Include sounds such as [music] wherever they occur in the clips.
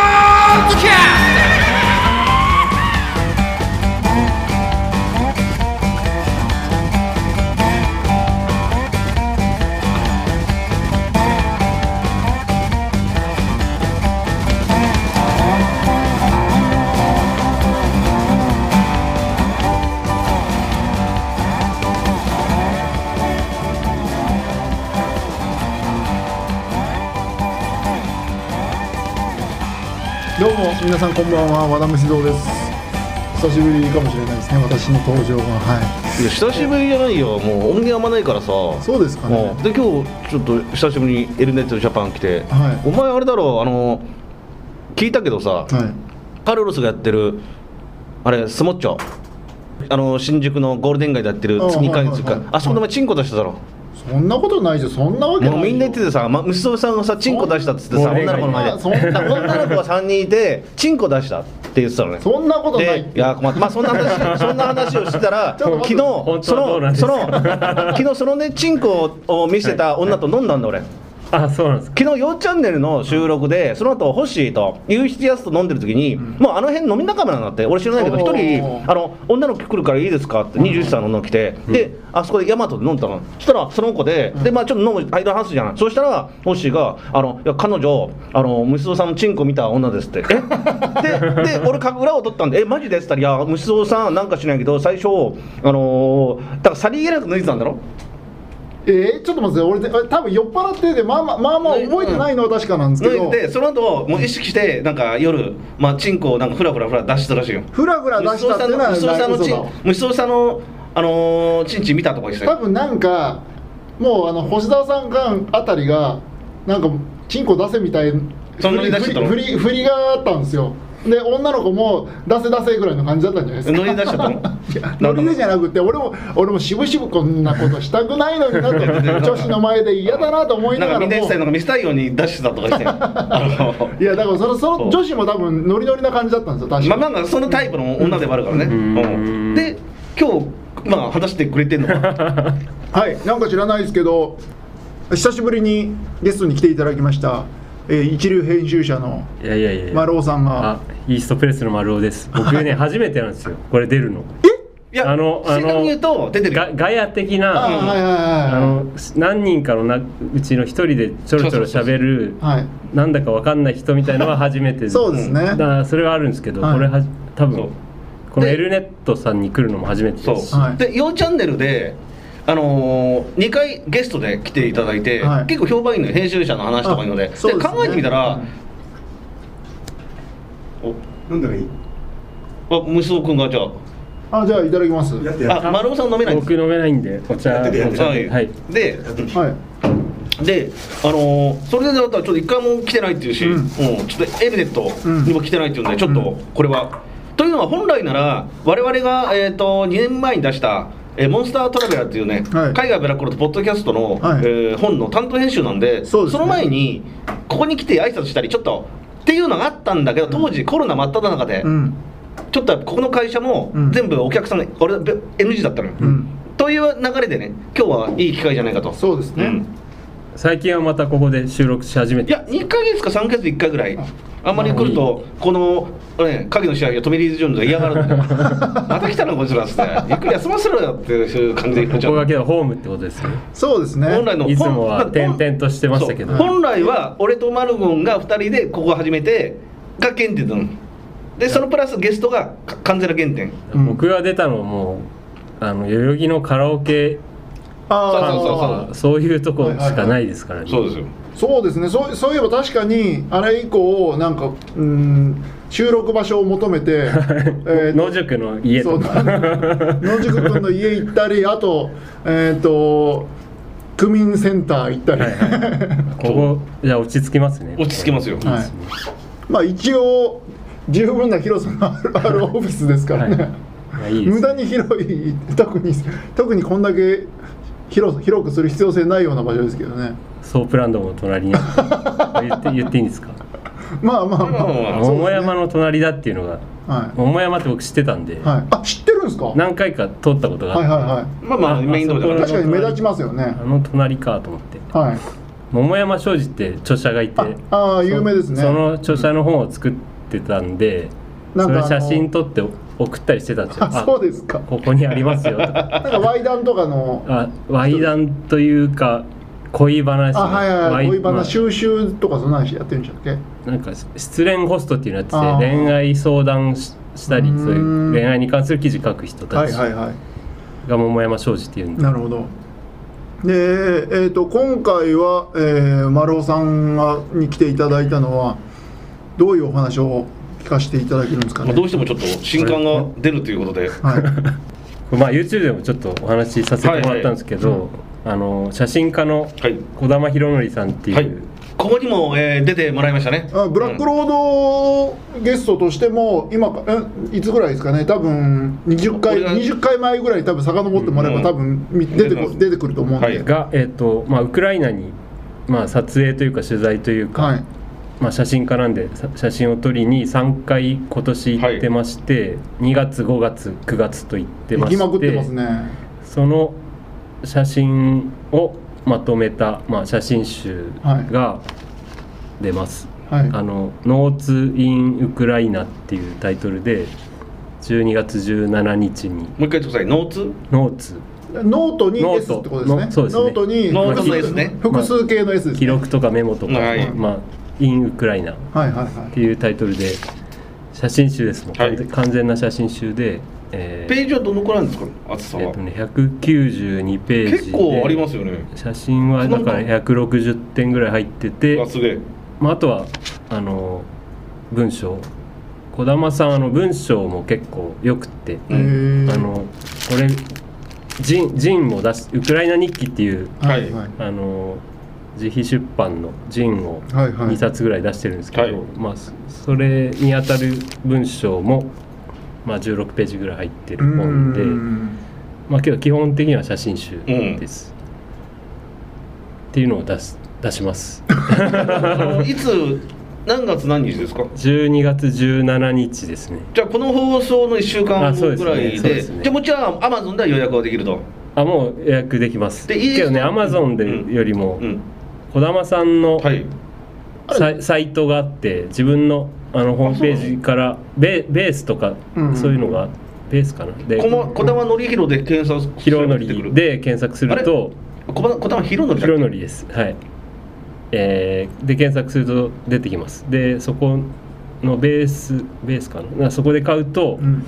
ッドキャスどうも皆さんこんばんは和田虫堂です久しぶりかもしれないですね私の登場がはいや久しぶりじゃないよもう音源あんまないからさいそうですかねうんで今日ちょっと久しぶりにエルネットジャパン来て、はいお前あれだろあの聞いたけどさ、はいカルロスがやってるあれスモッチョあの新宿のゴールデン街でやってるあ月2回のはい月はいはいかあそこでお前チンコ出しただろ、そんなことないじゃんそんなわけないもうみんな言っててさ、ま、娘さんがさチンコ出したっつってさそん女の子の前でそんな女の子が3人いてチンコ出したって言ってたのねそんなことなでいいや困ったまあそんな話そんな話をしてたら [laughs] ちょっと昨待っ日てそ本当のはどうなんですそかの昨日そのねチンコを見せた女と飲んだんだ俺あそうなんですか昨日「ようチャンネル」の収録でその後ホッシーとユーシティアスと飲んでる時に、もうあの辺飲み仲間なんだって俺知らないけどお一ー人あの女の子来るからいいですかって21歳の女が来て、であそこでヤマトで飲んだのそしたらその子で、でまあちょっと飲む間話すじゃないそしたらホッシーが「あのいや彼女あの虫蔵さんのチンコ見た女 [laughs] です」って「えでで俺か裏を取ったんで「えマジです」って言ったら「いや虫蔵さんなんかしないけど最初あのーだからさりげなく脱いでたんだろ?」えー、ちょっと待って俺であ多分酔っ払ってでまあまあまあまあ覚えてないのは確かなんですけどでその後もう意識してなんか夜まあチンコをなんかフラフラフラ出してたらしいよ。フラフラ出したっていうのは虫さんの虫嘘ださんのチン虫さんのあのーチンチン見たとか言ってた多よ。分なんかもうあの星沢さんがあたりがなんかチンコ出せみたいなそんなに出してたの振り振り振りがあったんですよで女の子も出せ出せぐらいの感じだったんじゃないですか乗り出しちゃったの？ [laughs] ノリでじゃなくて俺も俺も渋々こんなことしたくないのになと [laughs] 女子の前で嫌だなと思いなながんからみんな言っもてたよなんか見せたいように出してたとか言っ [laughs] てたよ。あのいやだからそのその女子も多分ノリノリな感じだったんですよ確まかあ、なんかそのタイプの女でもあるからね、んうんで今日まあ話してくれてんのかはいなんか知らないですけど久しぶりにゲストに来ていただきました、えー一流編集者の [laughs] いやいやいや丸尾さんがあイーストプレスの丸尾です僕ね初めてなんですよこれ出るのいやあのあの正確に言うと出てるよガガヤ的なあはいはいあはの何人かのなうちの一人でちょろちょろ喋るいはいはいなんだかわかんない人みたいのは初めてそうですねだからそれはあるんですけど、はいこれは多そう分このでエルネットさんに来るのも初めてそですしう、はいで「ようチャンネルで」あのー、2回ゲストで来ていただいて、はい結構評判いいのよ編集者の話とかいうのであでそうですね考えてみたら、飲んだらいいあ息子君がじゃあじゃあいただきますやってやっああ丸尾さん飲めないんです僕飲めないんでお茶やっててやっおて茶てはい、はいではいで、あのーそれでだったらちょっと一回も来てないっていうし、うんうんちょっとエルネットにも来てないっていうんでちょっとこれは、というのは本来なら我々が、えー、と2年前に出したえーモンスタートラベラーっていうね、はい海外ブラックロとポッドキャストの、はいえー本の担当編集なんでそうですねの前にここに来て挨拶したりちょっとっていうのがあったんだけど当時コロナ真っ只中で、うんちょっとここの会社もうん全部お客さんが俺べ NG だったのよ、うんという流れでね今日はいい機会じゃないかとそうですねん最近はまたここで収録し始めいてや2ヶ月か3ヶ月1回ぐらいあんまり来るとこの、ね、影の試合がトミリーズ・ジョーンズが嫌がる [laughs] んでまた来たなこいつらっつってゆっくり休ませろよっていう感じで来こちゃこがうけどホームってことですよねそうですね本来のいつもは本来転々としてましたけどそう本来は俺とマルゴンが2人でここを始めてが原点なのでそのプラスゲストがか完全な原点うん僕が出たのはもうあの代々木のカラオケああそうそうそそうういうとこしかないですからね、そうですよそうですねそうそういえば確かにあれ以降なんかうん収録場所を求 [laughs] めて、え野宿の家そとう [laughs] か [laughs] 野宿君の家行ったりあとえっ、と区民センター行ったり、ここじゃあ落ち着きますね落ち着きますよ、 [laughs] はいまあ一応十分な広さの [laughs] あるあるオフィスですからね、はいいやいいですね無駄に広い特に特にこんだけ広広くする必要性ないような場所ですけどねソープランドも [laughs] 隣にある言って言っていいんですかまあまあまあ、そうんうですね桃山の隣だっていうのがはい桃山って僕知ってたんで、はい、あ知ってるんですかはい何回か通ったことがあっはいて、はまあまああメイン通りだかいら確かに目立ちますよねあの隣かと思ってはい桃山商事って著者がいてああー有名ですねその著者の本を作っってたんでなんそかあれの写真撮って送ったりしてたんですよあそうですかここにありますよとかなんかワイダンとか [laughs] のあ猥談というか恋話あはいはいはい恋わバまナあ収集とかそんな話やってるんじゃなくてなんか失恋ホストっていうのやつであー恋愛相談ししたりうーんそういう恋愛に関する記事書く人たはいちはがいはい桃山商事っていうんでなるほど。で、えー、と今回は、えー丸尾さんがに来ていただいたのはどういうお話を聞かせていただけるんですかまあね。どうしてもちょっと新刊が出るということで、はい、まあ YouTube でもちょっとお話しさせてもらったんですけど、あの写真家のはい児玉博則さんっていう、はい、ここにも、えー出てもらいましたね。あブラックロードゲストとしても今かえいつぐらいですかね多分20こ回れが20回前ぐらいに多分遡ってもらえば、うん多分み出て出てまこす出てくると思うんで、ははいいが、えっとまあ、ウクライナに、まあ、撮影というか取材というか、まあ、写真家なんでさ写真を撮りに3回今年行ってまして、2月5月9月と行ってま行してきまくってますね。その写真をまとめた、まあ、写真集が出ます。はい、あの「ノーツ・イン・ウクライナ」っていうタイトルで12月17日にもう一回言ってください。ノーツ「ノーツノートに S ってことですね。ノートそうですねノートにノートの S ね複数形の S です、記ね。録とかメモとか、はいまあ「イン・ウクライナ」っはいはいはい。ていうタイトルで写真集ですもん、は完い全完全な写真集で、えーページはどのくらいなんですか、厚さえっはと。ね、192ページで結構ありますよね。写真はだから160点ぐらい入っててあ、すげえ。まあ、あとはあの文章児玉さんあの文章も結構よくて、へーあのこれジンジンも出しウクライナ日記っていうはいはいあの自費出版のジンをはいはい2冊ぐらい出してるんですけど、はいまあ、そそれにあたる文章も、まあ、16ページぐらい入ってる本で、うんまあ、けど基本的には写真集うんです、っていうのを出す出します。あのいつ、何月何日ですか。 12月17日ですねじゃあ、この放送の一週間あそうで後すぐねらいそうで、ですねじゃあ、もちろん、アマゾンでは予約はできると。あもう予約できますでいいですけどねアマゾンでうんよりもうん。児玉さんのはい。サイサイトがあって自分のあのホームページからベベースとかうんそういうのがベースかなでこま、小玉のりひろで検索ひろの出てくりる。で検索すると小玉、小玉ひろのりひだっけ。ろのりですはいえーで検索すると出てきますでそこのベースベースかななそこで買うと、うん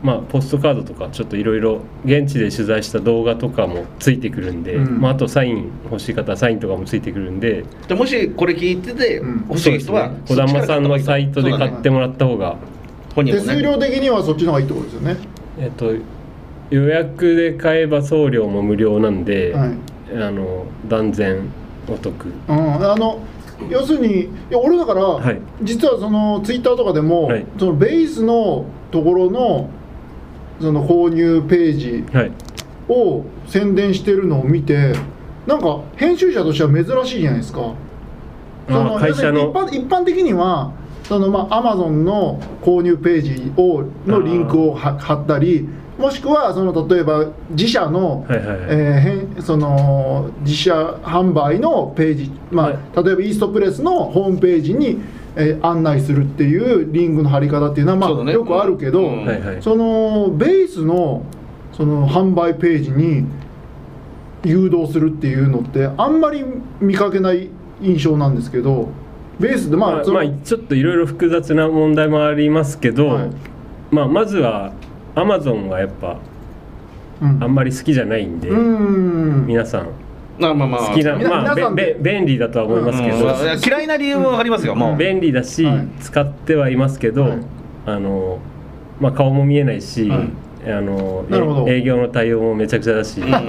まあ、ポストカードとかちょっといろいろ現地で取材した動画とかもついてくるんで、うんまあ、あとサイン欲しい方はサインとかもついてくるんでじゃあもし、これ聞いてて、うん欲しい人は。児玉さんのサイトで買ってもらった方が、本人手もね数料的にはそっちの方がいいってことですよね。えっと、予約で買えば送料も無料なんで、はい。あの断然お得うん、あの要するにいや俺だから、はい実はそのツイッターとかでも、はいそのベースのところのその購入ページはいを宣伝してるのを見てなんか編集者としては珍しいじゃないですか。そのあ会社の要するに一般一般的にはそのまあアマゾンの購入ページをのリンクをは貼ったりもしくはその例えば自社の、はいはいはい、えーへんその自社販売のページ、まあ例えばイーストプレスのホームページに、えー案内するっていうリンクの貼り方っていうのは、まそうあだねよくあるけど、うんはいはいそのベースのその販売ページに誘導するっていうのってあんまり見かけない印象なんですけどベースでまあ、まあそまのあ、ちょっといろいろ複雑な問題もありますけど、はいまあ、まずはアマゾンはやっぱうんあんまり好きじゃないんで、うん皆さんまあまあまあ好きな、みなまあ、皆さんべでべ便利だとは思いますけうんいやど、嫌いな理由はありますよ、もう。便利だし、はい使ってはいますけど、はいあのまあ、顔も見えないし、はいあのなるほどえ営業の対応もめちゃくちゃだし、うんうんあ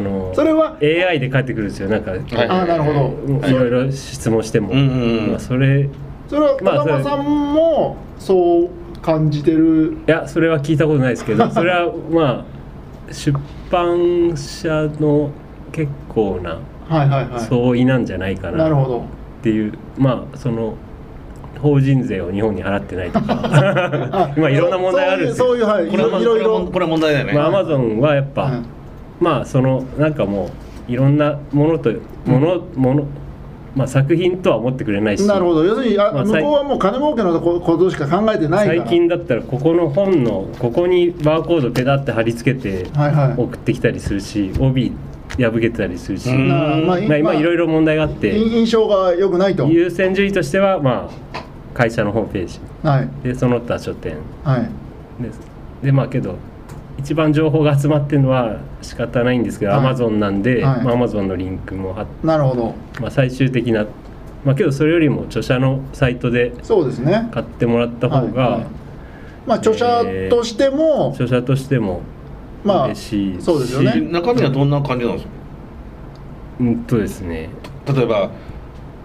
のそれは AI で返ってくるんですよなんか、はいああなるほど、もういろいろ質問しても、うんうんまあ、それいそれは児まあそれ玉さんもそう感じてるやそれは聞いたことないです [laughs] けどそれはまあ出版社の結構なはいはいはい相違なんじゃないかななるほどっていうまあその法人税を日本に払ってないとか [laughs] [laughs] まあいろんな問題あるんですそうよいうそういうはいこれはいいろろいいろろこれは問題だよね、まあアマゾンはやっぱ、はいまあそのなんかもういろんなものとものものまあ、作品とは思ってくれないしなるほど要するにあ、まあ向最こうはもう金儲けのこことしか考えてないから最近だったらここの本のここにバーコードペタって貼り付けてはいはい送ってきたりするし帯破けてたりするし、うんなまあまあ、今いろいろ問題があってい印象が良くないと優先順位としては、まあ、会社のホームページはいでその他書店はいですでまあけど一番情報が集まってるのは仕方ないんですけど、はい Amazon なんで、はいまあ、Amazon のリンクもあっなるほどまあ、最終的な、まあ、けどそれよりも著者のサイトでそうですね買ってもらった方が、はいはいまあ著者としても、著者としてもまあ嬉しいし、そうですよねう中身はどんな感じなんですうんとですねか例えば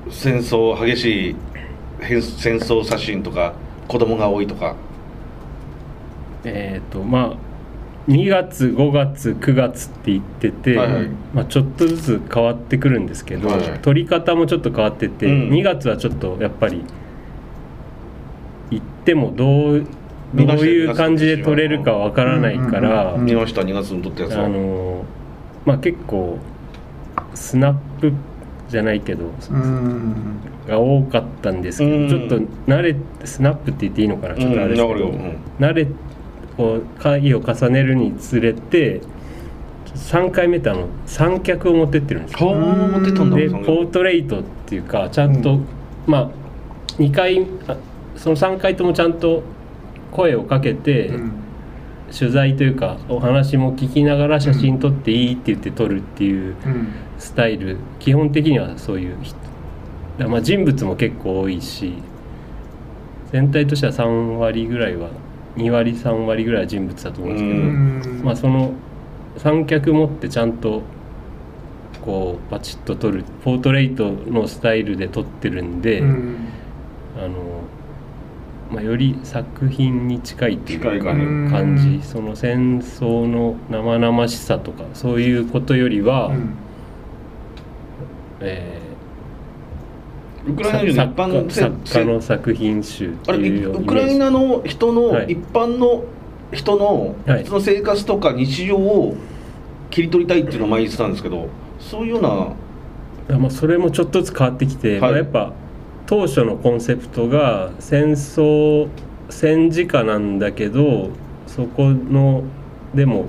戦争激しい変戦争写真とか子供が多いとかえっ、とまあ2月5月9月って言ってて、はいはいまあ、ちょっとずつ変わってくるんですけど、はいはい取り方もちょっと変わってて、うん2月はちょっとやっぱり行ってもどうど見うましたよいう感じで取れるかわからないから、うんうんうんうん見ました2月に撮ったやつあはのーまあ結構スナップじゃないけどうんが多かったんですけど、うんちょっと慣れスナップって言っていいのかなうちょっんとあれわですけどかるよ、うん慣れこう会を重ねるにつれて3回目ってあの三脚を持ってってるんですよ顔も持ってたんだでそのポートレートっていうかちゃんと、うまあ2回あその3回ともちゃんと声をかけて、うん取材というかお話も聞きながら写真撮っていいって言って撮るっていううんスタイル、基本的にはそういう人だからまあ人物も結構多いし全体としては3割ぐらいは2割3割ぐらいは人物だと思うんですけうど、うんまあ、その三脚持ってちゃんとこうバチッと撮るポートレートのスタイルで撮ってるんで、うんあの、まあ、より作品に近いというか近いかね感じ、うんその戦争の生々しさとかそういうことよりは、うんえウークライさナ人の一般の作家作家の作品集ってあれいうようウクライナの人のはい一般の人のはいその生活とか日常を切り取りたいっていうのを前言ってたんですけどそういうようなあまあ、それもちょっとずつ変わってきて、はいまあ、やっぱ当初のコンセプトが戦争戦時下なんだけどそこのでも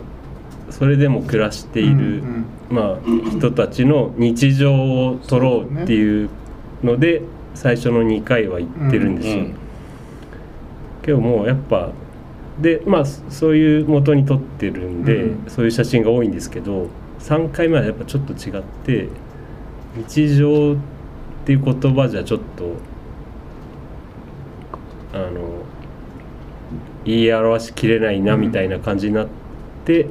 それでも暮らしている、うんまあ、人たちの日常を撮ろうっていうので最初の2回は行ってるんですよ。うんけどもうやっぱでまあそそういう元に撮ってるんで、うんそういう写真が多いんですけど3回目はやっぱちょっと違って日常っていう言葉じゃちょっとあの言い表しきれないなうんみたいな感じになって、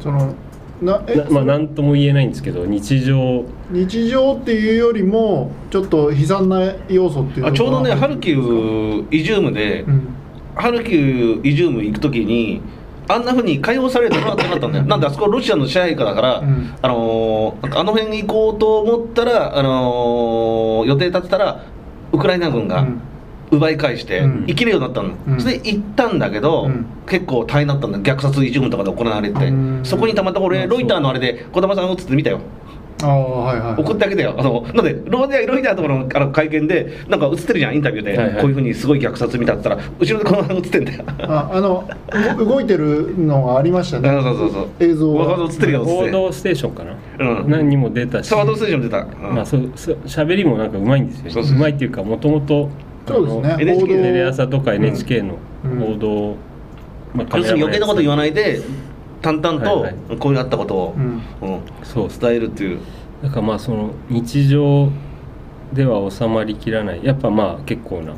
そのなえなまあ何とも言えないんですけど日常日常っていうよりもちょっと悲惨な要素っていうのあがちょうどねハルキウイジュームで、うんハルキウイジューム行く時にあんなふうに解放されたらなかったんだよなんであそこロシアの支配下だから、うんあのーなんかあの辺行こうと思ったら、あのー予定立てたらウクライナ軍うがん奪い返してうん生きるようになったの、うんそれで行ったんだけど、うん結構大変だったんだ虐殺イジュームとかで行われてうんそこにたまたままあ俺そうロイターのあれで児玉さん映って見たよああはいはい送ってあげてよあのなんでロイターロイターのところのあの会見でなんか映ってるじゃんインタビューで、はいはいこういうふうにすごい虐殺見たって言ったら後ろで児玉さん映ってんだよああのう動いてるのがありましたねそうそうそう映像若造映ってる「よ映っ報てる道ステーション」かな、うん何にも出たしスワードステーション出た、うんまあ、そうそう喋りもなんかうまいんですよねそうそうそううまいっていうかもともとそうですね NHK テレ朝とかうん NHK のうん報道、まあ要するに余計なこと言わないで淡々はいとこういうあったことを、うんうんそう伝えるっていうだからまあその日常では収まりきらないやっぱまあ結構な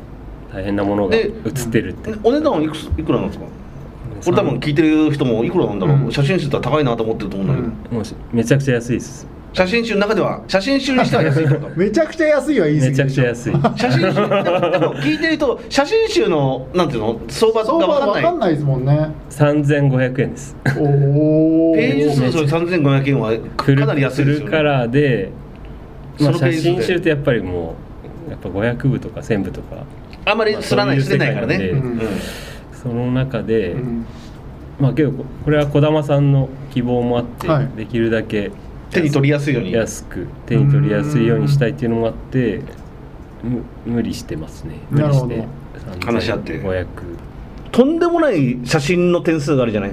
大変なものがで映ってるってえお値段はいくついくらなんですかこれ多分さ聞いてる人もいくらなんだろう、うん写真集だったら高いなと思ってると思うんだけど、うんもうめちゃくちゃ安いです写真集の中では写真集にしては安いってこと [laughs] めちゃくちゃ安いは言い過めぎちゃでくしちょゃ安い [laughs] 写真集でも聞いてると写真集のなんていうの相場が相場分かんなわいかんないですもんね3500円ですおおページ数それ3500円はフルかなり安いですフルよねカラーで、まそあ、のペー写ジ数で真集ってやっぱりもうやっぱ500部とか1000部とかあんまりすらない、まあすれないからね、そういう世界うなんんでその中で、うんまあけどここれは児玉さんの希望もあって、はいできるだけ手に取りやすいように安く手に取りやすいようにしたいっていうのもあってむ無理してますね無理してなる話し合って500とんでもない写真の点数があるじゃない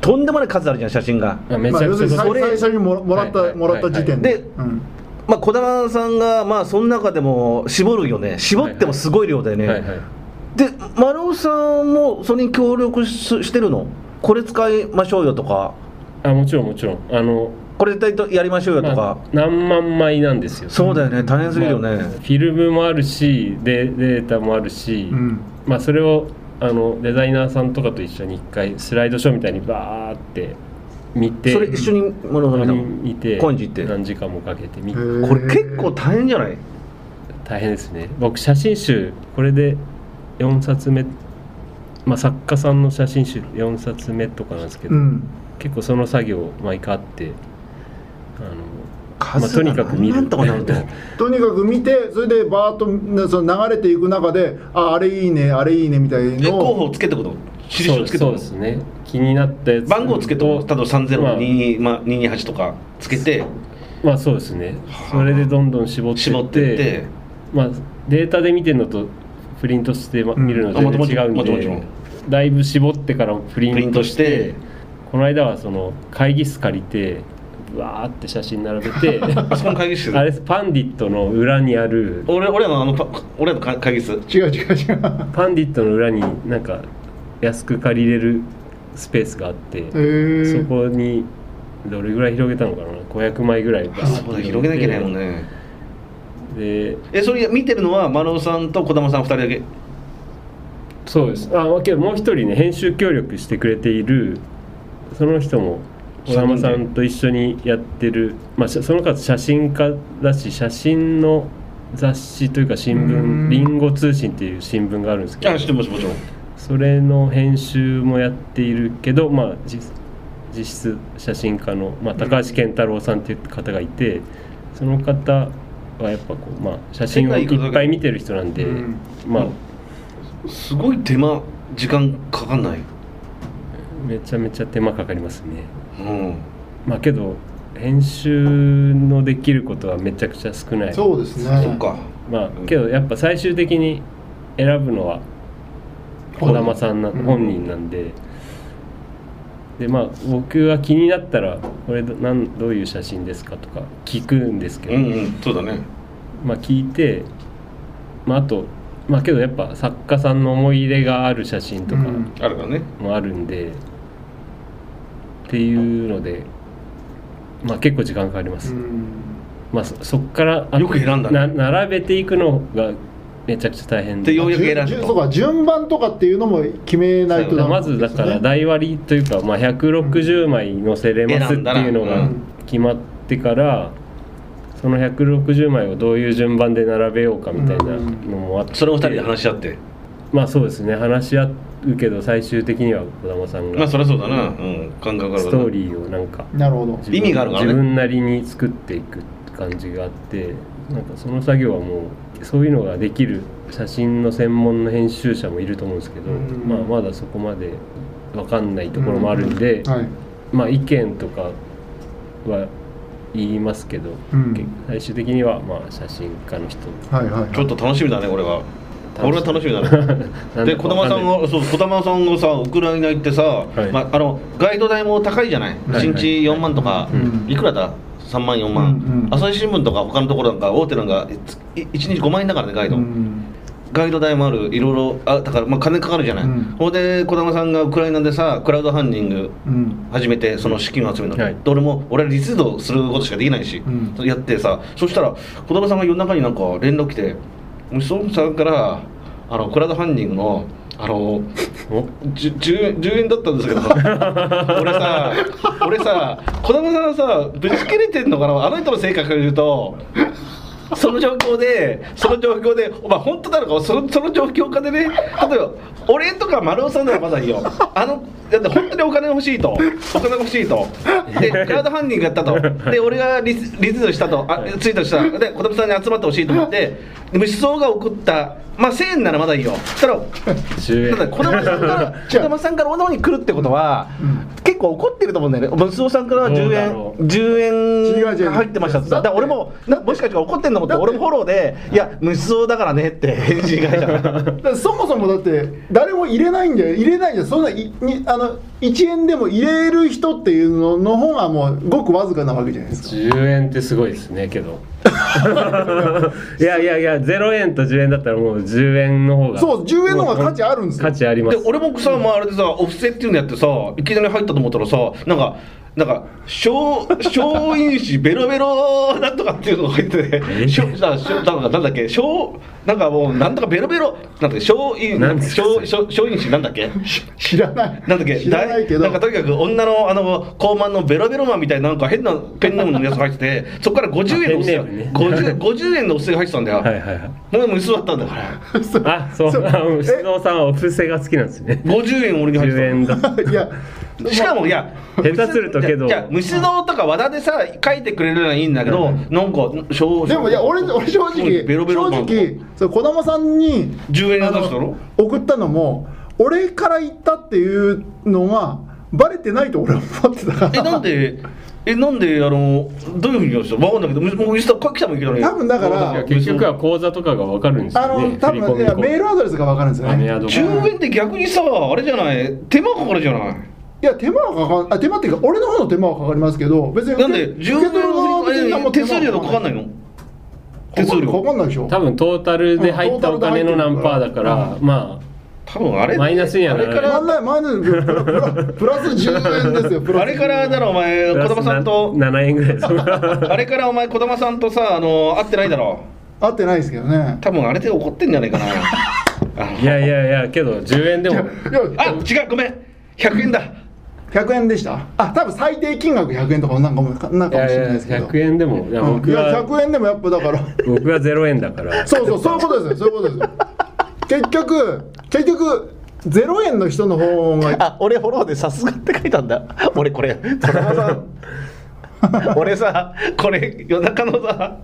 とんでもない数あるじゃん写真が、あめちまゃあ、要くすちるゃに最それ最初にもらもらった、はいはいもらった時点で、はいでうんまあ、小玉さんがまあその中でも絞るよね絞ってもすごい量だよね、はいはいで丸尾さんもそれに協力ししてるのこれ使いましょうよとかあもちろんもちろんあの、これ絶対やりましょうよとか、まあ何万枚なんですよそうだよね大変すぎるよね、まあフィルムもあるしでデータもあるし、うんまあ、それをあのデザイナーさんとかと一緒に一回スライドショーみたいにバーって見てそれ一緒に丸尾さん見たの見てコインジって何時間もかけて見へーこれ結構大変じゃない大変ですね僕写真集これで4冊目、まあ、作家さんの写真集4冊目とかなんですけど、うん結構その作業毎回あってあの数とにかく見るなんとかなると [laughs] とにかく見てそれでバーッとねその流れていく中でああれいいねあれいいねみたいえの候を補をつけてこと印をつ [laughs] けてそうこでとすね気になったやつ番号つけてこと例えば3022、まあ、228とかつけてまあそうですねそれでどんどん絞って絞っていってまあ、データで見てるのとプリントしてまうん見るのあも全ち然違ろんうんで、もちろんだいぶ絞ってからプリプリンントトししててこの間はその会議室借りてわーって写真並べ [laughs] てあそこの会議室あれですパンディットの裏にある俺俺らのあのパ俺らの会会議室違う違う違うパンディットの裏になんか安く借りれるスペースがあって、へーそこにどれぐらい広げたのかな500枚ぐらいバーッそうだ広げなきゃいけないもんねでえそれ見てるのは丸尾さんと児玉さん2人だけそうですあけどもう一人ね編集協力してくれているその人も小山さんと一緒にやってる、まあ、しその方写真家だし写真の雑誌というか新うん聞「りんご通信」っていう新聞があるんですけどあ知ってますもちろんそれの編集もやっているけど、まあ、実実質写真家の、まあ、高橋健太郎さんっていう方がいてその方はやっぱこう、まあ、写真をいっぱい見てる人なんで、うんまあすごい手間時間かかんないめちゃめちゃ手間かかりますね。うんまあけど編集のできることはめちゃくちゃ少ないそうですねそっかまあけどやっぱ最終的に選ぶのは児玉さんなうん本人なんで、でまあ僕は気になったらこれどなんどういう写真ですかとか聞くんですけうど、んうんそうだねまあ聞いてまああとまあけどやっぱ作家さんの思い入れがある写真とかうんあるからねもあるんで、っていうのでまあ結構時間かかります。うんまあ、そそこからあよく選んだねな並べていくのがめちゃくちゃ大変でようやく順選んだ順そうか順番とかっていうのも決めないとそうダメまずだからだ台割りというか、まあ、160枚載せれますっていうの選がんだ決まってから、その160枚をどういう順番で並べようかみたいなのもあって、それを2人で話し合ってまあそうですね話し合うけど最終的には児玉さんまあがそりゃそうだなうん感覚あるストーリーをなんかなるほど自分意味があるからね自分なりに作っていく感じがあってなんかその作業はもうそういうのができる写真の専門の編集者もいると思うんですけど、うんまあ、まだそこまで分かんないところもあるんで、うんはいまあ、意見とかは言いますけど、うん結最終的にはまあ写真家の人はいはいちょっと楽しみだねこれは楽しみ俺は楽しみだねなんでだ児かわか玉さないんがそう児玉さんがさウクライナ行ってさ、いまあ、あのガイド代も高いじゃない、はい一1日4万とか、うんいくらだ3万4う万、んうん朝日新聞とか他のところなんか大手なんか1日5万円だからねガイド、うんガイド代もあるいろいろあだから、まあ、金かかるじゃない、うんほんで児玉さんがウクライナでさクラウドファンディングうん始めてその資金を集めるの、はいで俺も俺はリツイートすることしかできないし、うんやってさそしたら児玉さんが夜中になんか連絡来て息子さんからあのクラウドファンディングのあのおじゅ 10, 円10円だったんですけど [laughs] 俺さ俺さ児玉さんはさぶち切れてんのかなあの人の性格から言うとその状況でその状況でお前本当なのかそのその状況下でね例えば俺とか丸尾さんならまだいいよあのだって本当にお金が欲しいとお金が欲しいとでクラウドファンディングやったとで俺がリツリツイートしたとあツイートしたで子供さんに集まってほしいと思って虫草が送ったまあ1000円ならまだいいよそしたら10ただ子供さん [laughs] から子供さんから女に来るってことは、結構怒ってると思うんだよね仏像さんからどう10だ円ろう違う違10う円入ってましたってだから俺もなもしかしたら怒ってんのもってだって俺もフォローで「いや仏像だからね」って返信が入っちゃっただからそもそもだって誰も入れないんだよ入れないじゃんそんないにあの1円でも入れる人っていうのの方がもうごくわずかなわけじゃないですか10円ってすごいですねけどいやいやいや0円と10円だったらもう10円の方がそう10円の方が価値あるんですよ価値ありま [laughs] です俺もさ、まあ、あれでさお布施っていうのやってさいきなり入ったと思ったらさなんかなんか松松陰寺ベロベロなんとかっていうのが入っててえ松なしょなんかなんだっけ松なんかもうなんとかベロベロなんだっけ松陰なんです松かそれ松松陰寺なんだっけ知らないなんだっけ知らないけどだいなんかとにかく女のあの高慢のベロベロマンみたいななんか変なペンネームのやつが入っててそこから50円のおあペンネームね布施が 50, 50円のお布施が入ってたんだよ、はいはいはいもうもうだったんだからあそうそうあうんえ静雄さんはお布施が好きなんですね50円俺に入って10た円だいやしかもいや下手するとけどじゃあ虫のとか和田でさ書いてくれるのはいいんだけど、なんかしょうでもいや俺俺正直ベロベロ正マン直そう児玉さんに10円あの出したのろ送ったのも俺から言ったっていうのがバレてないと俺は思ってたからえなんでえなんであのどういうふうに言うんですかわかんないけど虫もう虫とか来たもんいけない多分だからいや結局は口座とかが分かるんですあよねの多分振り込みいやメールアドレスが分かるんですよアメねアドが10円って逆にさあれじゃない手間かかるじゃないいや手間はかかんあ手間っていうか俺の方の手間はかかりますけど別になんで受け10受け取る側は別に円何のも手数料とかかんないいの手数かか料んないでしょ多分トータルで入ったうんおトータルで入金のってるから何パーだから、ま多分あれマイナスにはあなられないからマイナマイナスプラプラプラス10円ですよプラスあれからだろおあ前児玉さんと7円ぐらい [laughs] ですあれからお前児玉さんとさあの会ってないだろ合ってないですけどね多分あれで怒ってんじゃないか [laughs] なあのいやいやいやけど10円でいやもいやあ違うごめん100円だ100円でしたあ多分最低金額100円とかなんかもかなんいかもやしいれやないですけど100円でもいやうん僕いやは100円でもやっぱだから僕は0円だからそうそうそういうことですよそういうことですよ結局結局0円の人の方があ俺フォローで「さすが」って書いたんだ [laughs] 俺これ児玉さん俺さこれ夜中のさ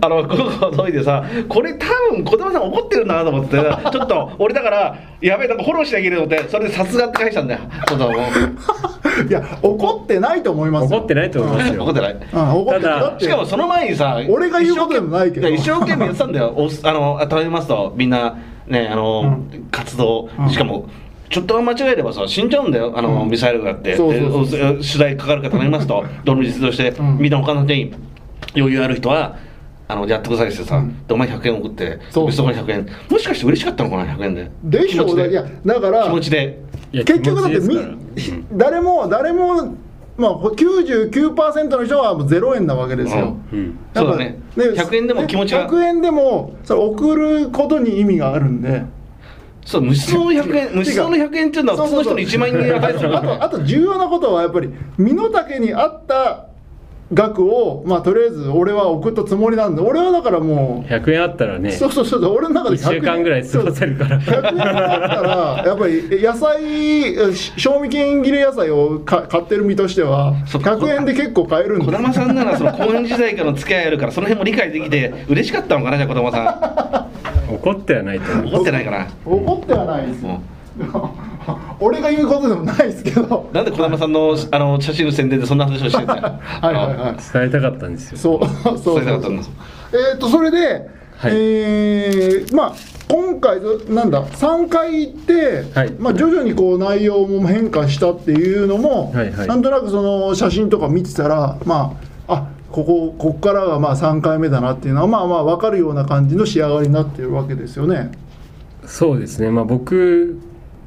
あの午後のいでさこれ多分児玉さん怒ってるなと思ってちょっと俺だからやべえなんかフォローしなきゃいけないと思ってそれで「さすが」って書いたんだよちょっとも [laughs] いや怒ってないと思いますよ怒ってないと思いますう怒っよてないうん怒ってただだってしかもその前にさ俺が言うことでもないけど一生懸命やってた [laughs] んだよおあのあ頼みますとみんなねあの、う活動うんしかも、ちょっと間違えればさ死んじゃうんだよあの、うんミサイルがあってそうそうそうでお取材かかるから頼 [laughs] みますとどの実として、うんみんな他の人に余裕ある人はあのやってくださいってさ、うんでお前100円送ってそうそこに100円もしかして嬉しかったのかな100円ででし気ょ持ちいやだから気持ちでいや結局だって気持みちですから誰も誰もまあほ99%の人はもう0円なわけですよ、うんうんやっぱそうだね100円でも気持ちが100円でもそれ送ることに意味があるんでそう無償の100円無 [laughs] 償の100円っていうのは普通の人の1万円に値するかあら [laughs] ねとあと重要なことはやっぱり身の丈に合った額をまあとりあえず俺は送ったつもりなんで俺はだからもう、 100円あったらねそうそうそうそう俺の中で1週間ぐらい過ごせるから100円あったらやっぱり野菜し賞味期限切れ野菜をか買ってる身としてはそっか100円で結構買えるん児です玉さんならその高円時代からの付き合いあるからその辺も理解できて嬉しかったのかなじゃあ児玉さ怒ってはないと思んう怒ってないかな怒ってはないですよ [laughs] も俺が言うことでもないですけどうなんで児玉さんのあの写真の宣伝でそんな話をしてるんだよ [laughs] はいはいはい伝えたかったんですよそうそうそう伝えたかったんですえっ、とそれで、はいえーまあ今回なんだ3回行って、はいまあ、徐々にこう内容も変化したっていうのも、はいはいなんとなくその写真とか見てたらまああここここからがまあ3回目だなっていうのはまあまあ分かるような感じの仕上がりになってるわけですよね。そうですね、まあ、僕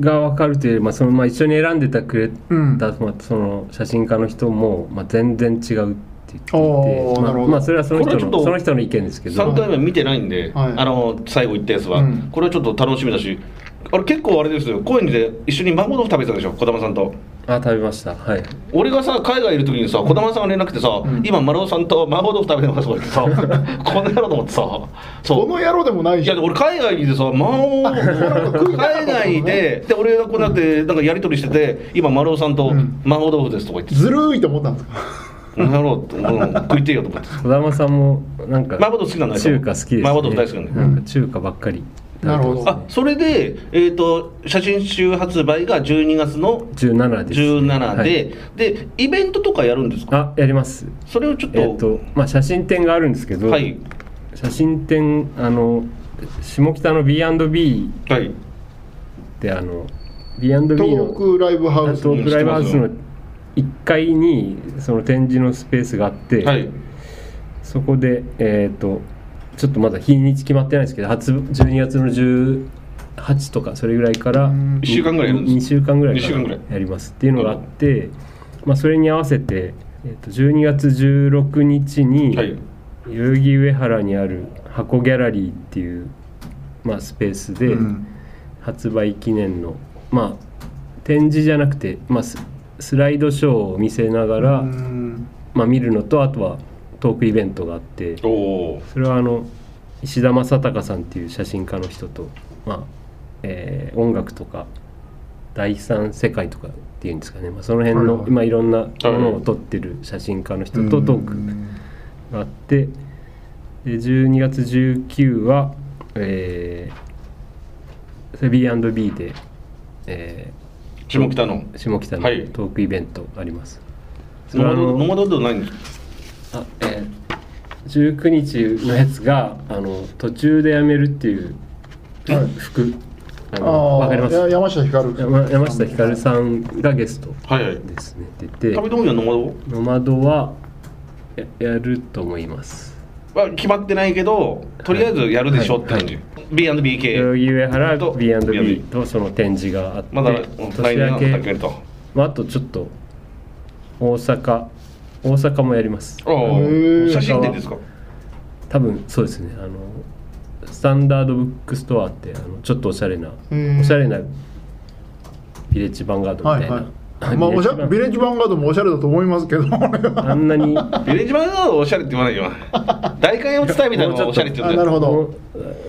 が分かるというより、まあそのまあ、一緒に選んでたくれた、うんまあ、その写真家の人も、まあ、全然違うって言っていおーて、まなあ、るほどまあそれはそのこ人れちょっとのその人の意見ですけど3回目見てないんで、はいあの最後言ったやつは、うんこれはちょっと楽しみだしあれ結構あれですよ高円寺で一緒にマンゴー豆腐食べてたでしょ児玉さんとあ食べましたはい俺がさ海外いる時にさ児玉さんが連絡来てさ、ん今丸尾さんと麻婆豆腐食べてますとか言っ [laughs] てさこの野郎と思ってさそうこの野郎でもないいしや俺海外にでさ魔王海外でで俺がこうなってなんかやり取りしてて今丸尾さんとうん麻婆豆腐ですとか言ってずるいと思ったんですかこの野郎ってうん食いてえよと思って児玉さんもなんか麻婆豆腐好きなんだよ中華好きです、ね、麻婆豆腐大好きなんだよなんか中華ばっかりなるほどあそれでえっ、と写真集発売が12月の17です17で、はいでイベントとかやるんですかあやりますそれをちょっと,、えっ、とまあ写真展があるんですけど、はい写真展あの下北の B&B はいってあの B&B 東の北ライブハウス東北ライブハウスの1階にその展示のスペースがあって、はいそこでえっ、とちょっとまだ日にち決まってないんですけど初12月の18とかそれぐらいからうん一週間ぐらいやるんです2週間ぐらい二週間かぐらいやりますっていうのがあって、まあ、それに合わせて、えー、と12月16日に、はい代々木上原にある箱ギャラリーっていう、まあ、スペースでうん発売記念の、まあ展示じゃなくて、まあ、ススライドショーを見せながら、うんまあ、見るのとあとはトークイベントがあっておおそれはあの石田正孝さんっていう写真家の人と、まあえー音楽とか第三世界とかっていうんですかね、まあ、その辺の、はいはい今いろんなものを撮ってる写真家の人とトーク。があってで12月19は、えー、それ B&B で、え下北のー下北のはいトークイベントあります、それはあノマのドではないんですかあ、えー、19日のやつがあの途中でやめるっていうはい服ああのーわかりますや山下ひかる山山下ひかるさんがゲストはいはいですね出て食べ物はノマドノマドはややると思いますは決まってないけどとりあえずやるでしょって感じ、B&B 系代々木上原と B&B とその展示があって、まだ来年年明はかけけ、るとまあ、あとちょっと大阪大阪もやりますおへーー写真展ですか多分そうですねあのスタンダードブックストアってあのちょっとおしゃれなうんおしゃれなビレッジヴァンガードはみたいいはな、いまあ [laughs] おしゃビレレッジヴァンガードもおしゃれだと思いま [laughs] すけどああんなに [laughs] ビレッジマンガードはおしゃれって言わないよ大観山伝えみたいなのがおしゃれって言うんだなるよほど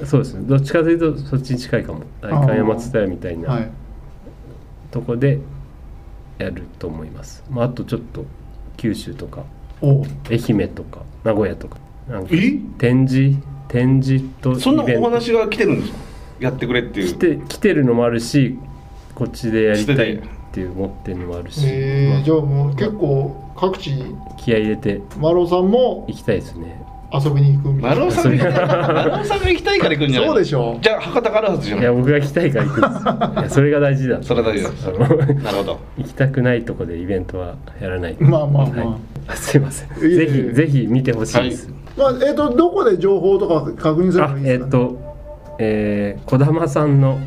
おそうですねどっちかというとそっちに近いかも代官山蔦屋みたいな、はいとこでやると思います、まあ、あとちょっと九州とかおう愛媛とか名古屋とかなんかえ展示展示とそんなイベンおト話が来てるんですかやってくれっていう来て来てるのもあるしこっちでやりたしていてっていう思ってるのもあるし、えまー、じゃあもう結構各地あ気合い入れて丸尾さんもいきたいですね遊びに行くみたい丸な尾さんが丸尾さんが行きたいから行くんじゃないそうでしょうじゃあ博多があるはずじゃいなやい僕が行きたいから行くんですい [laughs] やそれが大事だそれは大事ですあのなるほど行きたくないとこでイベントはやらないまあまあまあはいあ [laughs] すいませんえいえぜひぜひ見てほしいです、はいまあえっ、とどこで情報とか確認すればあいいでえっ、すか、とえー、児玉さんの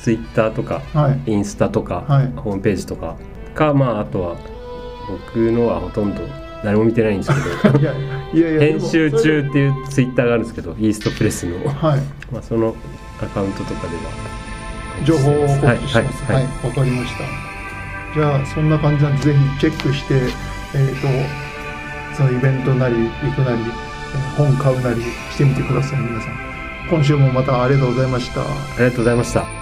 ツイッターとか、はいインスタとか、はいホームページとかかまああとは僕のはほとんど誰も見てないんですけどいやいやいやで編も集それ中でっていうツイッターがあるんですけどイーストプレスの、はいまあ、そのアカウントとかでは情報を告知しますはいははいいわ、かりましたじゃあそんな感じなんでぜひチェックしてえっ、とそのイベントなり行くなりえー本買うなりしてみてください皆さん今週もまたありがとうございましたありがとうございました